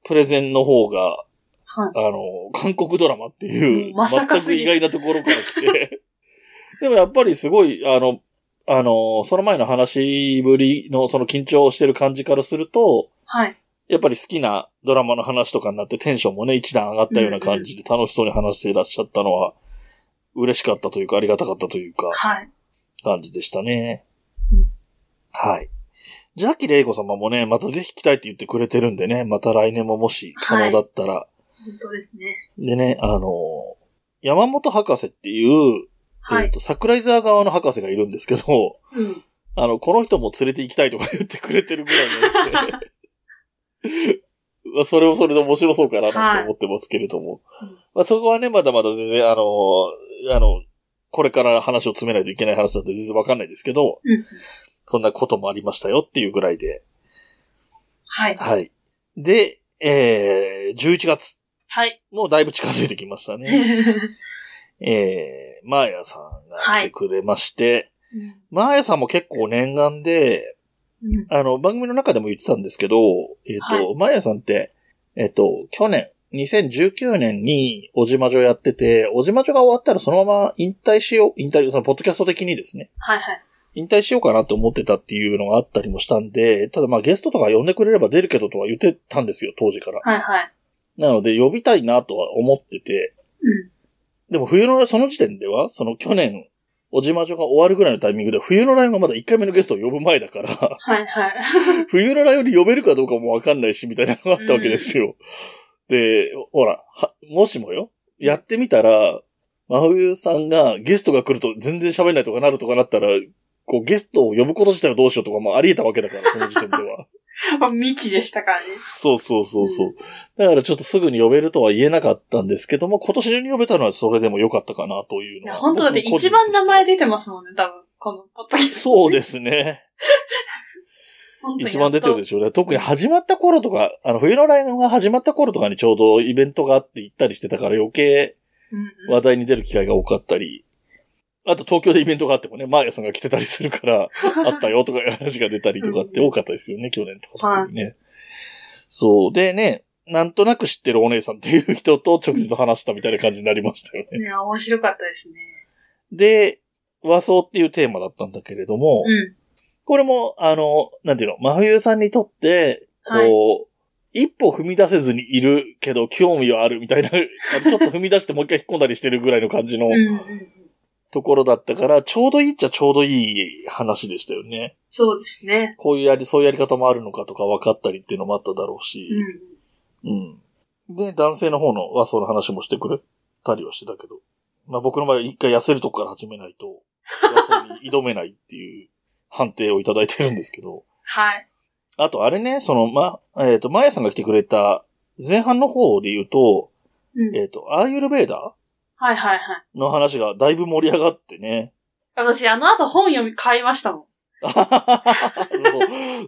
S2: プレゼンの方が、
S1: はい。
S2: あの、韓国ドラマってい
S1: う
S2: う、
S1: んまさかす
S2: 全
S1: ぎ
S2: く意
S1: る
S2: 外なところから来て、 <laughs> でもやっぱりすごい、あの、あの、その前の話ぶりの、その緊張してる感じからすると、
S1: はい。
S2: やっぱり好きなドラマの話とかになってテンションもね、一段上がったような感じで楽しそうに話していらっしゃったのは、嬉しかったというか、ありがたかったというか、
S1: はい。
S2: 感じでしたね
S1: うん。
S2: はい。ジャッキレイコ様もね、またぜひ来たいって言ってくれてるんでね、また来年ももし可能だったら。
S1: 本当ですね。
S2: でね、あのー山本博士っていう、
S1: は
S2: えっ
S1: い。
S2: と、桜井沢側の博士がいるんですけど、
S1: うん。
S2: あの、この人も連れて行きたいとか言ってくれてるぐらいな
S1: <laughs>
S2: ので、 <laughs> まあそれもそれで面白そうかななんて思ってますけれども。
S1: はい
S2: まあ、そこはね、まだまだ全然、あのー、あの、これから話を詰めないといけない話なんで全然わかんないですけど、
S1: うん。
S2: そんなこともありましたよっていうぐらいで。
S1: はい。
S2: はい。で、えー、11月。
S1: はい。
S2: もうだいぶ近づいてきまし
S1: <laughs>
S2: たね。えー、マーヤさんが来てくれまして、
S1: うん
S2: マーヤさんも結構念願で、
S1: うん
S2: あの、番組の中でも言ってたんですけど、えっ、と、
S1: は
S2: マーヤさんって、えっ、と、去年、2019年に小島女やってて、小島女が終わったらそのまま引退しよう、引退、そのポッドキャスト的にですね、
S1: はいはい。
S2: 引退しようかなって思ってたっていうのがあったりもしたんで、ただまあゲストとか呼んでくれれば出るけどとは言ってたんですよ、当時から。
S1: はいはい。
S2: なので呼びたいなとは思ってて、
S1: うん。
S2: でも冬のライブその時点では、その去年、小島女が終わるぐらいのタイミングで、冬のライオンがまだ1回目のゲストを呼ぶ前だから、
S1: はいはい。
S2: 冬のライオンに呼べるかどうかもわかんないし、みたいなのがあったわけですよ。で、ほら、はもしもよ、やってみたら、真冬さんがゲストが来ると全然喋んないとかなるとかなったら、こうゲストを呼ぶこと自体はどうしようとかもあり得たわけだ
S1: <laughs>
S2: から、その時点では。
S1: まあ <laughs> 未知でしたからね。
S2: そうそうそうそう。だからちょっとすぐに呼べるとは言えなかったんですけども、今年中に呼べたのはそれでも良かったかなとい
S1: い
S2: うの
S1: や
S2: は。
S1: 本当だって
S2: 僕個人
S1: 一番名前
S2: と
S1: 出てますもんね、多分。このポッドキャ
S2: して
S1: スト。
S2: そうですね。
S1: 本当に
S2: 一番出てる
S1: やっ
S2: でしょうね。特に始まった頃とか、あの、冬のライオンが始まった頃とかにちょうどイベントがあって行ったりしてたから余計
S1: とうんうん
S2: 話題に出る機会が多かったり、あと東京でイベントがあってもね、マーヤさんが来てた
S1: <laughs>
S2: りするから、あったよとかいう話が出たりとかって多かったですよね、去年とか特にね。そう。でね、なんとなく知ってるお姉さんっていう人と直接話したみたいな感じになりましたよね。
S1: <laughs> いや、面白かったですね。
S2: で、和装っていうテーマだったんだけれども、
S1: うん。
S2: これも、あの、なんていうの、真冬さんにとって、こう、
S1: はい。
S2: 一歩踏み出せずにいるけど興味はあるみ
S1: <laughs>
S2: たいな、あのちょっと踏み出してもう一回引っ込んだりしてるぐらいの感じの
S1: うんうんうん。
S2: ところだったから、ちょうどいいっちゃちょうどいい話でしたよね。
S1: そうですね。
S2: こういうやり、そういうやり方もあるのかとか分かったりっていうのもあっただろうし
S1: う、ん。
S2: うん。で、男性の方の和装の話もしてくれたりはしてたけど。まあ僕の場合は一回痩せるとこから始めないと、和装に挑めないっていう判定をいただいてるんですけど。
S1: はい。
S2: あとあれね、その、ま、えっ、と、まやさんが来てくれた前半の方で言うと、
S1: うん。
S2: えっ、と、アーユルベーダ
S1: はいはいはい。
S2: ーの話がだいぶ盛り上がってね。
S1: 私、あの後本読み買いましたもん。
S2: そうだか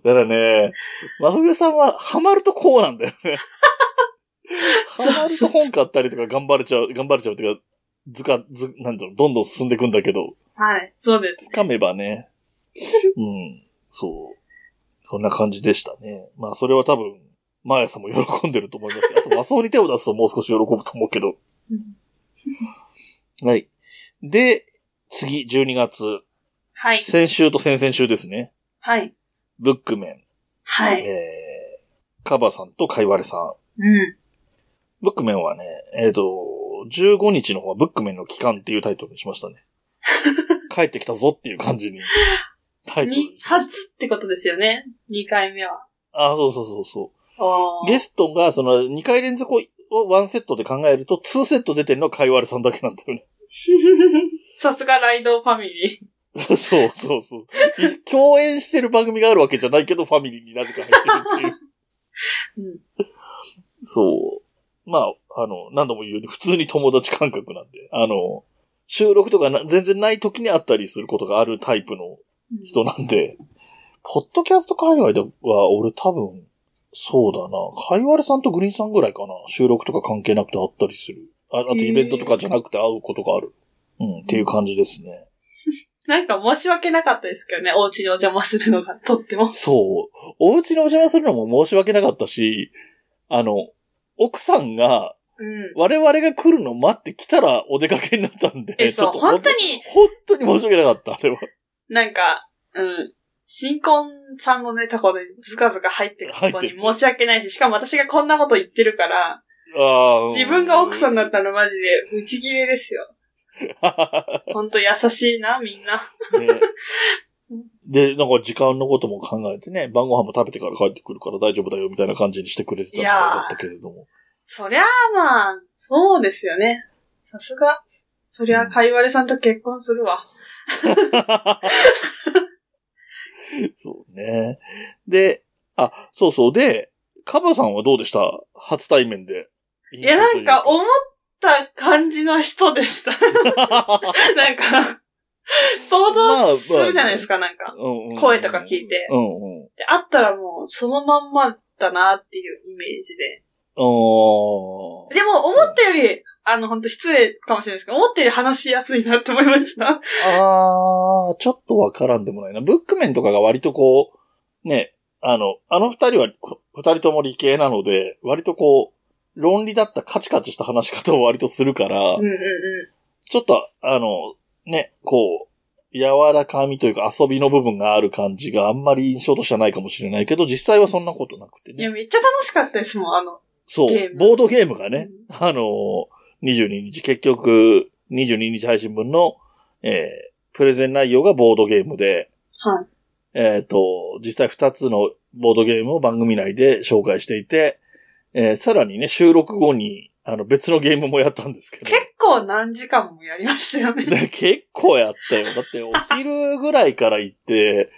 S2: らね、真冬さんはハマるとこうなんだよね。ハマると本買ったりとか頑張れちゃう、頑張れちゃうっていうか、ずか、ず、なんだろう、どんどん進んでいくんだけど、
S1: はい。そうです。
S2: 掴めばね。うん、そう。そんな感じでしたね。まあそれは多分、マーヤさんも喜んでると思いますけど、あと和装に手を出すともう少し喜ぶと思うけど。
S1: うん
S2: はい。で、次、12月。
S1: はい。
S2: 先週と先々週ですね。
S1: はい。
S2: ブックメン。
S1: はい。
S2: えー、カバさんとカイワレさん。
S1: うん。
S2: ブックメンはね、えっ、と、15日の方はブックメンの期間っていうタイトルにしましたね。帰ってきたぞっていう感じに。タイト
S1: に
S2: ルに、しました。
S1: 初ってことですよね。2回目は。
S2: あ、そうそうそうそ
S1: お
S2: う。
S1: ー <laughs>
S2: ゲストが、その、2回連続を1セットで考えると、2セット出てるのはカイワレさんだけなんだ <laughs> よね。
S1: さすがライドファミリー。
S2: そうそうそう。い共演してる番組があるわけじゃないけど、ファミリーになぜか入ってるっていう。 <laughs> そう。まあ、あの、何度も言うように、普通に友達感覚なんで、あの、収録とかな全然ない時にあったりすることがあるタイプの人なんで、ポッドキャスト界隈では、俺多分、そうだな、カイワレさんとグリーンさんぐらいかな、収録とか関係なくて会ったりする。ああとイベントとかじゃなくて会うことがある。うん、っていう感じですね。
S1: なんか申し訳なかったですけどね、お家にお邪魔するのがとっても。
S2: そう。お家にお邪魔するのも申し訳なかったし、あの、奥さんが、
S1: うん。
S2: 我々が来るの待って来たらお出かけになったんで、
S1: え、そう、
S2: と
S1: 本当。に、
S2: 本当に申し訳なかった、あれは。
S1: なんか、うん。新婚さんのね、ところにずかずか入ってること
S2: 入って
S1: に
S2: る
S1: 申し訳ないし、しかも私がこんなこと言ってるから、
S2: あー
S1: 自分が奥さんに
S2: だ。
S1: なったのマジで、打ち切れですよ。ほんと優しいな、みんな。
S2: ね <laughs> で、なんか時間のことも考えてね、晩ご飯も食べてから帰ってくるから大丈夫だよみたいな感じにしてくれてたみたいだったけれども。
S1: そりゃあまあ、そうですよね。さすが。そりゃあ、かいわれさんと結婚するわ。
S2: そうね。で、あ、そうそう。で、カバさんはどうでした初対面で。い
S1: いや、なんか、思った感じの人でした。
S2: <laughs>
S1: なんか、想像するじゃないですか、なんか。声とか聞い
S2: て。
S1: て。
S2: うんうん。
S1: で、会ったらもう、そのまんまだなっていうイメージで。
S2: おー
S1: でも、思ったより、あの、ほんと失礼かもしれないですけど、思ったより話しやすいなって思いました。
S2: あー、ちょっとわからんでもないな。ブックメンとかが割とこう、ね、あの、あの二人は、ふ二人とも理系なので、割とこう、論理だったカチカチした話し方を割とするから、
S1: うんうんうん。
S2: ちょっと、あの、ね、こう、柔らかみというか遊びの部分がある感じがあんまり印象としてはないかもしれないけど、実際はそんなことなくて
S1: いや、
S2: ね。
S1: めっちゃ楽しかったですもん、あの。
S2: そ
S1: ゲー
S2: う、
S1: ム
S2: ボードゲームがね、あの、22日、結局、22日配信分の、えープレゼン内容がボードゲームで、
S1: はい。
S2: えっ、と、実際2つのボードゲームを番組内で紹介していて、えーさらにね、収録後に、あの、別のゲームもやったんですけど。
S1: 結構何時間もやりましたよね。
S2: で <laughs> 結構やったよ。だって、お昼ぐらいから行って、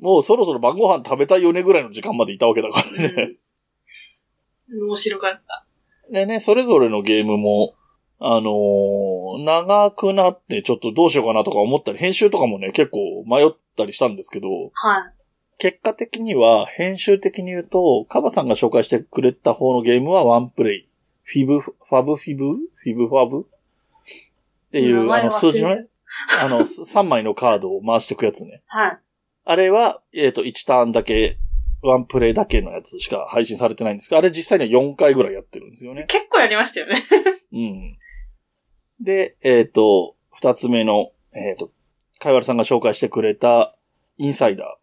S2: もうそろそろ晩ご飯食べたいよねぐらいの時間までいたわけだからね。
S1: うん面白かった。
S2: でね、それぞれのゲームも、あのー長くなってちょっとどうしようかなとか思ったり、編集とかもね、結構迷ったりしたんですけど、
S1: はい。
S2: 結果的には、編集的に言うと、カバさんが紹介してくれた方のゲームはワンプレイ。フィブ、ファブフィブフィブファブってい
S1: 名
S2: う、あ
S1: 前
S2: の、
S1: 忘れ
S2: 数字の
S1: ちゃ
S2: ね
S1: っ、
S2: あの、3枚のカードを回していくやつね。
S1: はい。
S2: あれは、えっ、と、1ターンだけワンプレイだけのやつしか配信されてないんですけど、あれ実際には4回ぐらいやってるんですよね。
S1: 結構やりましたよね。
S2: うん。で、えっ、と、二つ目の、えっ、と、かいわるさんが紹介してくれた、インサイダ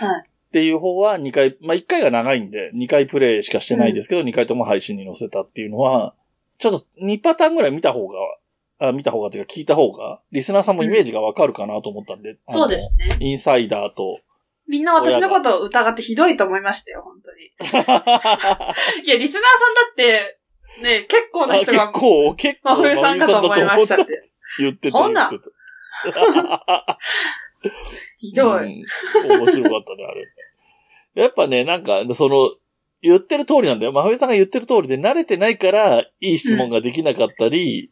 S2: ーっ
S1: はい。
S2: ていう方は2回、まあ、1回が長いんで、2回プレイしかしてないですけど、2回とも配信に載せたっていうのは、ちょっと2パターンぐらい見た方が、あ見た方がというか聞いた方が、リスナーさんもイメージがわかるかなと思ったんで、あの
S1: そうですね。
S2: インサイダーと、
S1: みんな私のことを疑ってひどいと思いましたよ、本当 <laughs> に。いや、リスナーさんだって、ね、結構な人
S2: あ
S1: が
S2: 結、構、結
S1: 真
S2: 構、
S1: 冬さんかと思いましたって。
S2: 言ってた。
S1: そんな
S2: 言ってた
S1: ひどい。
S2: うん面白かったね、あれ。やっぱね、なんか、その、言ってる通りなんだよ。真冬さんが言ってる通りで、慣れてないから、いい質問ができなかったり、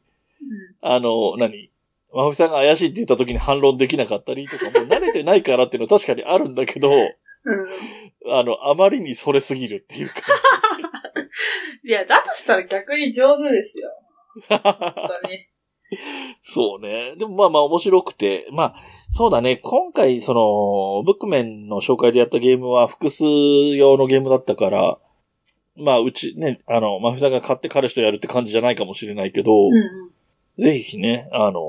S1: うん
S2: あの、何真冬さんが怪しいって言った時に反論できなかったりとか、もう慣れてないからっていうのは確かにあるんだけど、
S1: うん。
S2: あの、あまりにそれすぎるっていう
S1: いや、だとしたら逆に上手ですよ、
S2: か。
S1: 本当
S2: <laughs>
S1: に。
S2: そうね。でもまあまあ面白くて。まあ、そうだね。今回、その、ブックメンの紹介でやったゲームは複数用のゲームだったから、まあ、うちね、あの、マフさんが買って彼氏とやるって感じじゃないかもしれないけど、
S1: うん。
S2: ぜひね、あの、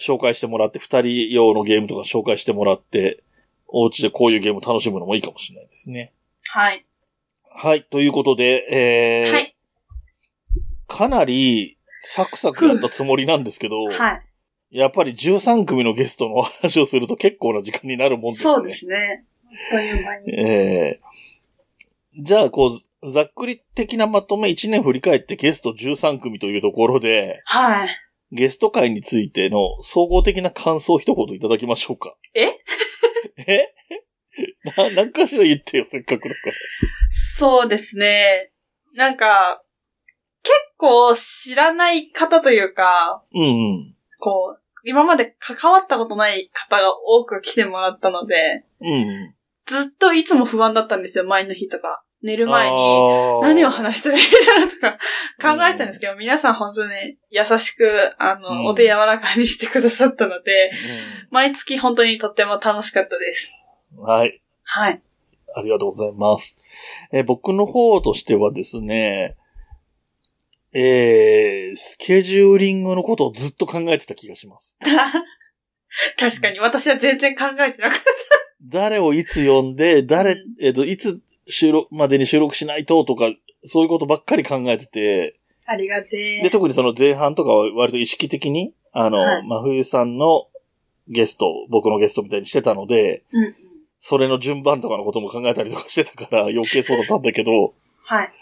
S2: 紹介してもらって、二人用のゲームとか紹介してもらって、お家でこういうゲーム楽しむのもいいかもしれないですね。
S1: はい。
S2: はい。ということで、えー
S1: はい。
S2: かなりサクサクやったつもりなんですけ
S1: <laughs>
S2: ど、
S1: はい。
S2: やっぱり13組のゲストのお話をすると結構な時間になるもんですね。
S1: そうで。すね。あっという間に。
S2: えーじゃあ、こう、ざっくり的なまとめ1年振り返ってゲスト13組というところで、
S1: はい。
S2: ゲスト会についての総合的な感想を一言いただきましょうか。
S1: え
S2: え <laughs> な、何かしら言ってよ、せっかくだか
S1: そうですね。なんか、結構知らない方というか、
S2: ら。うんうん。
S1: こう、今まで関わったことない方が多く来てもらったので、
S2: うんうん。
S1: ずっといつも不安だったんですよ、前の日とか。寝る前に。何
S2: 何
S1: を話したらいいだろうとか考えてたんですけど、皆さん本当に優しく、あの、
S2: うん
S1: お手柔らかにしてくださったので、
S2: う
S1: 毎月本当にとっても楽しかったです。
S2: ん、はい。
S1: はい。
S2: ありがとうございます。えー僕の方としてはですね、えースケジューリングのことをずっと考えてた気がします。
S1: 確かに、私は全然考えてなかっ
S2: 誰をいつ呼んで、誰、えっ、と、いつ収録、までに収録しないととか、そういうことばっかり考えてて、
S1: た。ありがて
S2: で、特にその前半とかは割と意識的に、あの、
S1: はい
S2: 真冬さんのゲスト、僕のゲストみたいにしてたので、
S1: うんうん。
S2: それの順番とかのことも考えたりとかしてたから余計そうだったんだけど、
S1: はい。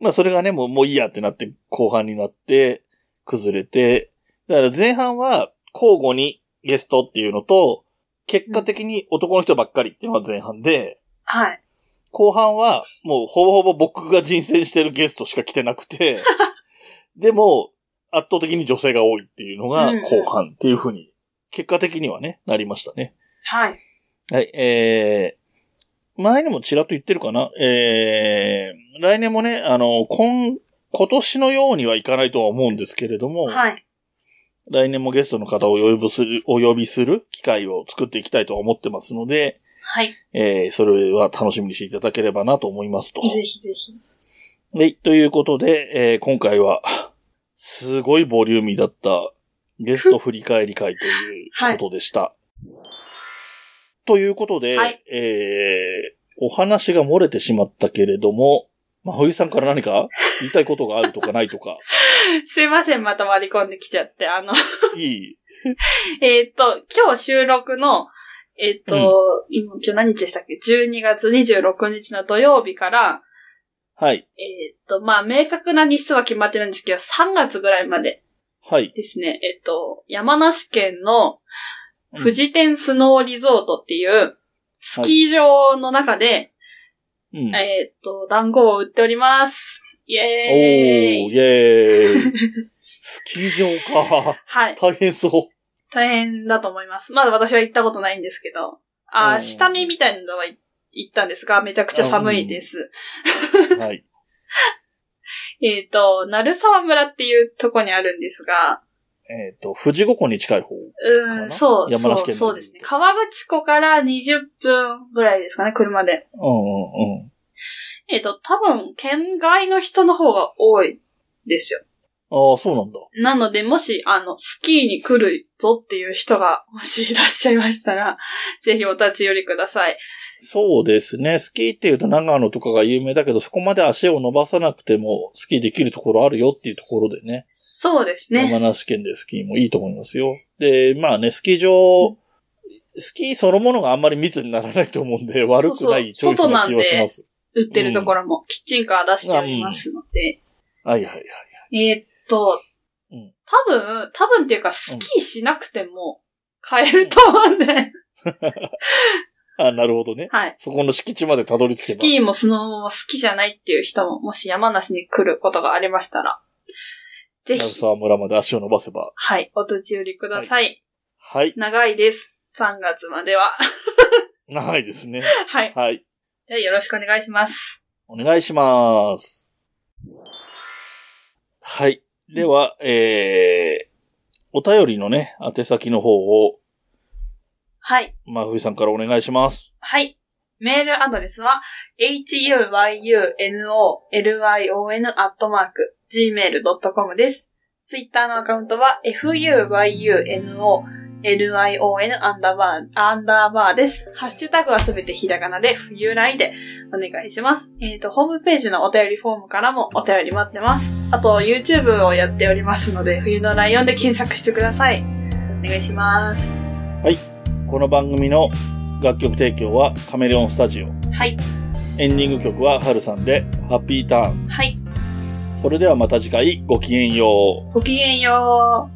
S2: まあそれがね、もう、もういいやってなって、後半になって、崩れて、だから前半は交互にゲストっていうのと、結果的に男の人ばっかりっていうのが前半で、
S1: はい。
S2: 後半はもうほぼほぼ僕が人選してるゲストしか来てなくて、でも圧倒的に女性が多いっていうのが後半っていうふうに、結果的にはね、なりましたね。
S1: はい。
S2: はい、えー、前にもちらっと言ってるかなえー、来年もね、あの、今、今年のようにはいかないとは思うんですけれども、
S1: はい。
S2: 来年もゲストの方をお呼びする、お呼びする機会を作っていきたいとは思ってますので、
S1: はい。
S2: えー、それは楽しみにしていただければなと思いますと。
S1: ぜひぜひ。
S2: はい、ということで、えー、今回は、すごいボリューミーだったゲスト振り返り会ということでした。ということで、
S1: はい
S2: えー、お話が漏れてしまったけれども、まあ、ほゆさんから何か言いたいことがあるとかないと
S1: <laughs>
S2: か、
S1: すいません、また割り込んできちゃって。あの、 <laughs>
S2: いい。
S1: えーっと、今日収録の、えーっと、今、今日何日でしたっけ ?12 月26日の土曜日から、
S2: はい。
S1: えーっと、まあ、明確な日数は決まってないんですけど、3月ぐらいまで
S2: はい。
S1: ですね、えーっと、山梨県の
S2: うん
S1: 富士天スノーリゾートっていう、スキー場の中で、
S2: うん。
S1: えーっと、団子を売っております。イ
S2: お
S1: エ
S2: ー、
S1: ー
S2: イ
S1: イ
S2: ェーイ。スキー場か。 <laughs>
S1: はい。
S2: 大変そ
S1: 大変だと思います。まだ私は行ったことないんですけど。あ
S2: う
S1: ー
S2: ん
S1: 下見みたいなのは行ったんですが、めちゃくちゃ寒いです。
S2: う。はい。
S1: えっ、と、鳴沢村っていうとこにあるんですが、
S2: えっ、と、富士五湖に近い方。
S1: う
S2: か
S1: ー、
S2: なん
S1: そう、
S2: 山
S1: そ
S2: 梨
S1: う、
S2: 県
S1: そうですね。川口湖から20分ぐらいですかね、車で。
S2: うんうんうん。
S1: えっ、と、多分、県外の人の方が多いですよ。
S2: ああ、そうなんだ。
S1: なので、もし、あの、スキーに来るぞっていう人が、もしいらっしゃいましたら、 <laughs> ぜひお立ち寄りください。
S2: そうですね。スキーっていうと長野とかが有名だけど、そこまで足を伸ばさなくてもスキーできるところあるよっていうところでね。
S1: そうですね。
S2: 山梨県でスキーもいいと思いますよ。で、まあね、スキー場、スキーそのものがあんまり密にならないと思うんで、
S1: そうそ
S2: 悪
S1: う
S2: くないチョイスな気はします。
S1: 売ってるところも、キッチンカー出しておりますので。
S2: はいはいはい。
S1: えーっと、
S2: うん
S1: 多分、多分っていうか、スキーしなくても、買えると思 <laughs> うんで、
S2: あ、なるほどね。
S1: はい。
S2: そこの敷地までたどり着け
S1: ス
S2: ば。
S1: キーもスノボも好きじゃないっていう人も、もし山梨に来ることがありましたら、ぜ
S2: 鳴
S1: ひ、
S2: 沢村まで足を伸ばせば。
S1: はい、お立ち寄りください。
S2: はい。
S1: 長いです。3月までは。 <laughs>
S2: 長いですね。
S1: はい。
S2: はい。
S1: じゃあよろしくお願いします。
S2: お願いします。はい。では、えー、お便りのね、宛先の方を、
S1: はい。
S2: まふいさんからお願いします。
S1: はい。メールアドレスは、huyunolion.gmail.com です。ツイッターのアカウントは、fuyunolion アンダーバー、アンダーバーです。ハッシュタグはすべてひらがなで、冬来でお願いします。えっ、と、ホームページのお便りフォームからもお便り待ってます。あと、YouTube をやっておりますので、冬のライオンで検索してください。お願いします。
S2: この番組の楽曲提供はカメレオンスタジオ。
S1: はい。
S2: エンディング曲はハルさんで、ハッピーターン。
S1: はい。
S2: それではまた次回、ごきげんよう。
S1: ごきげんよう。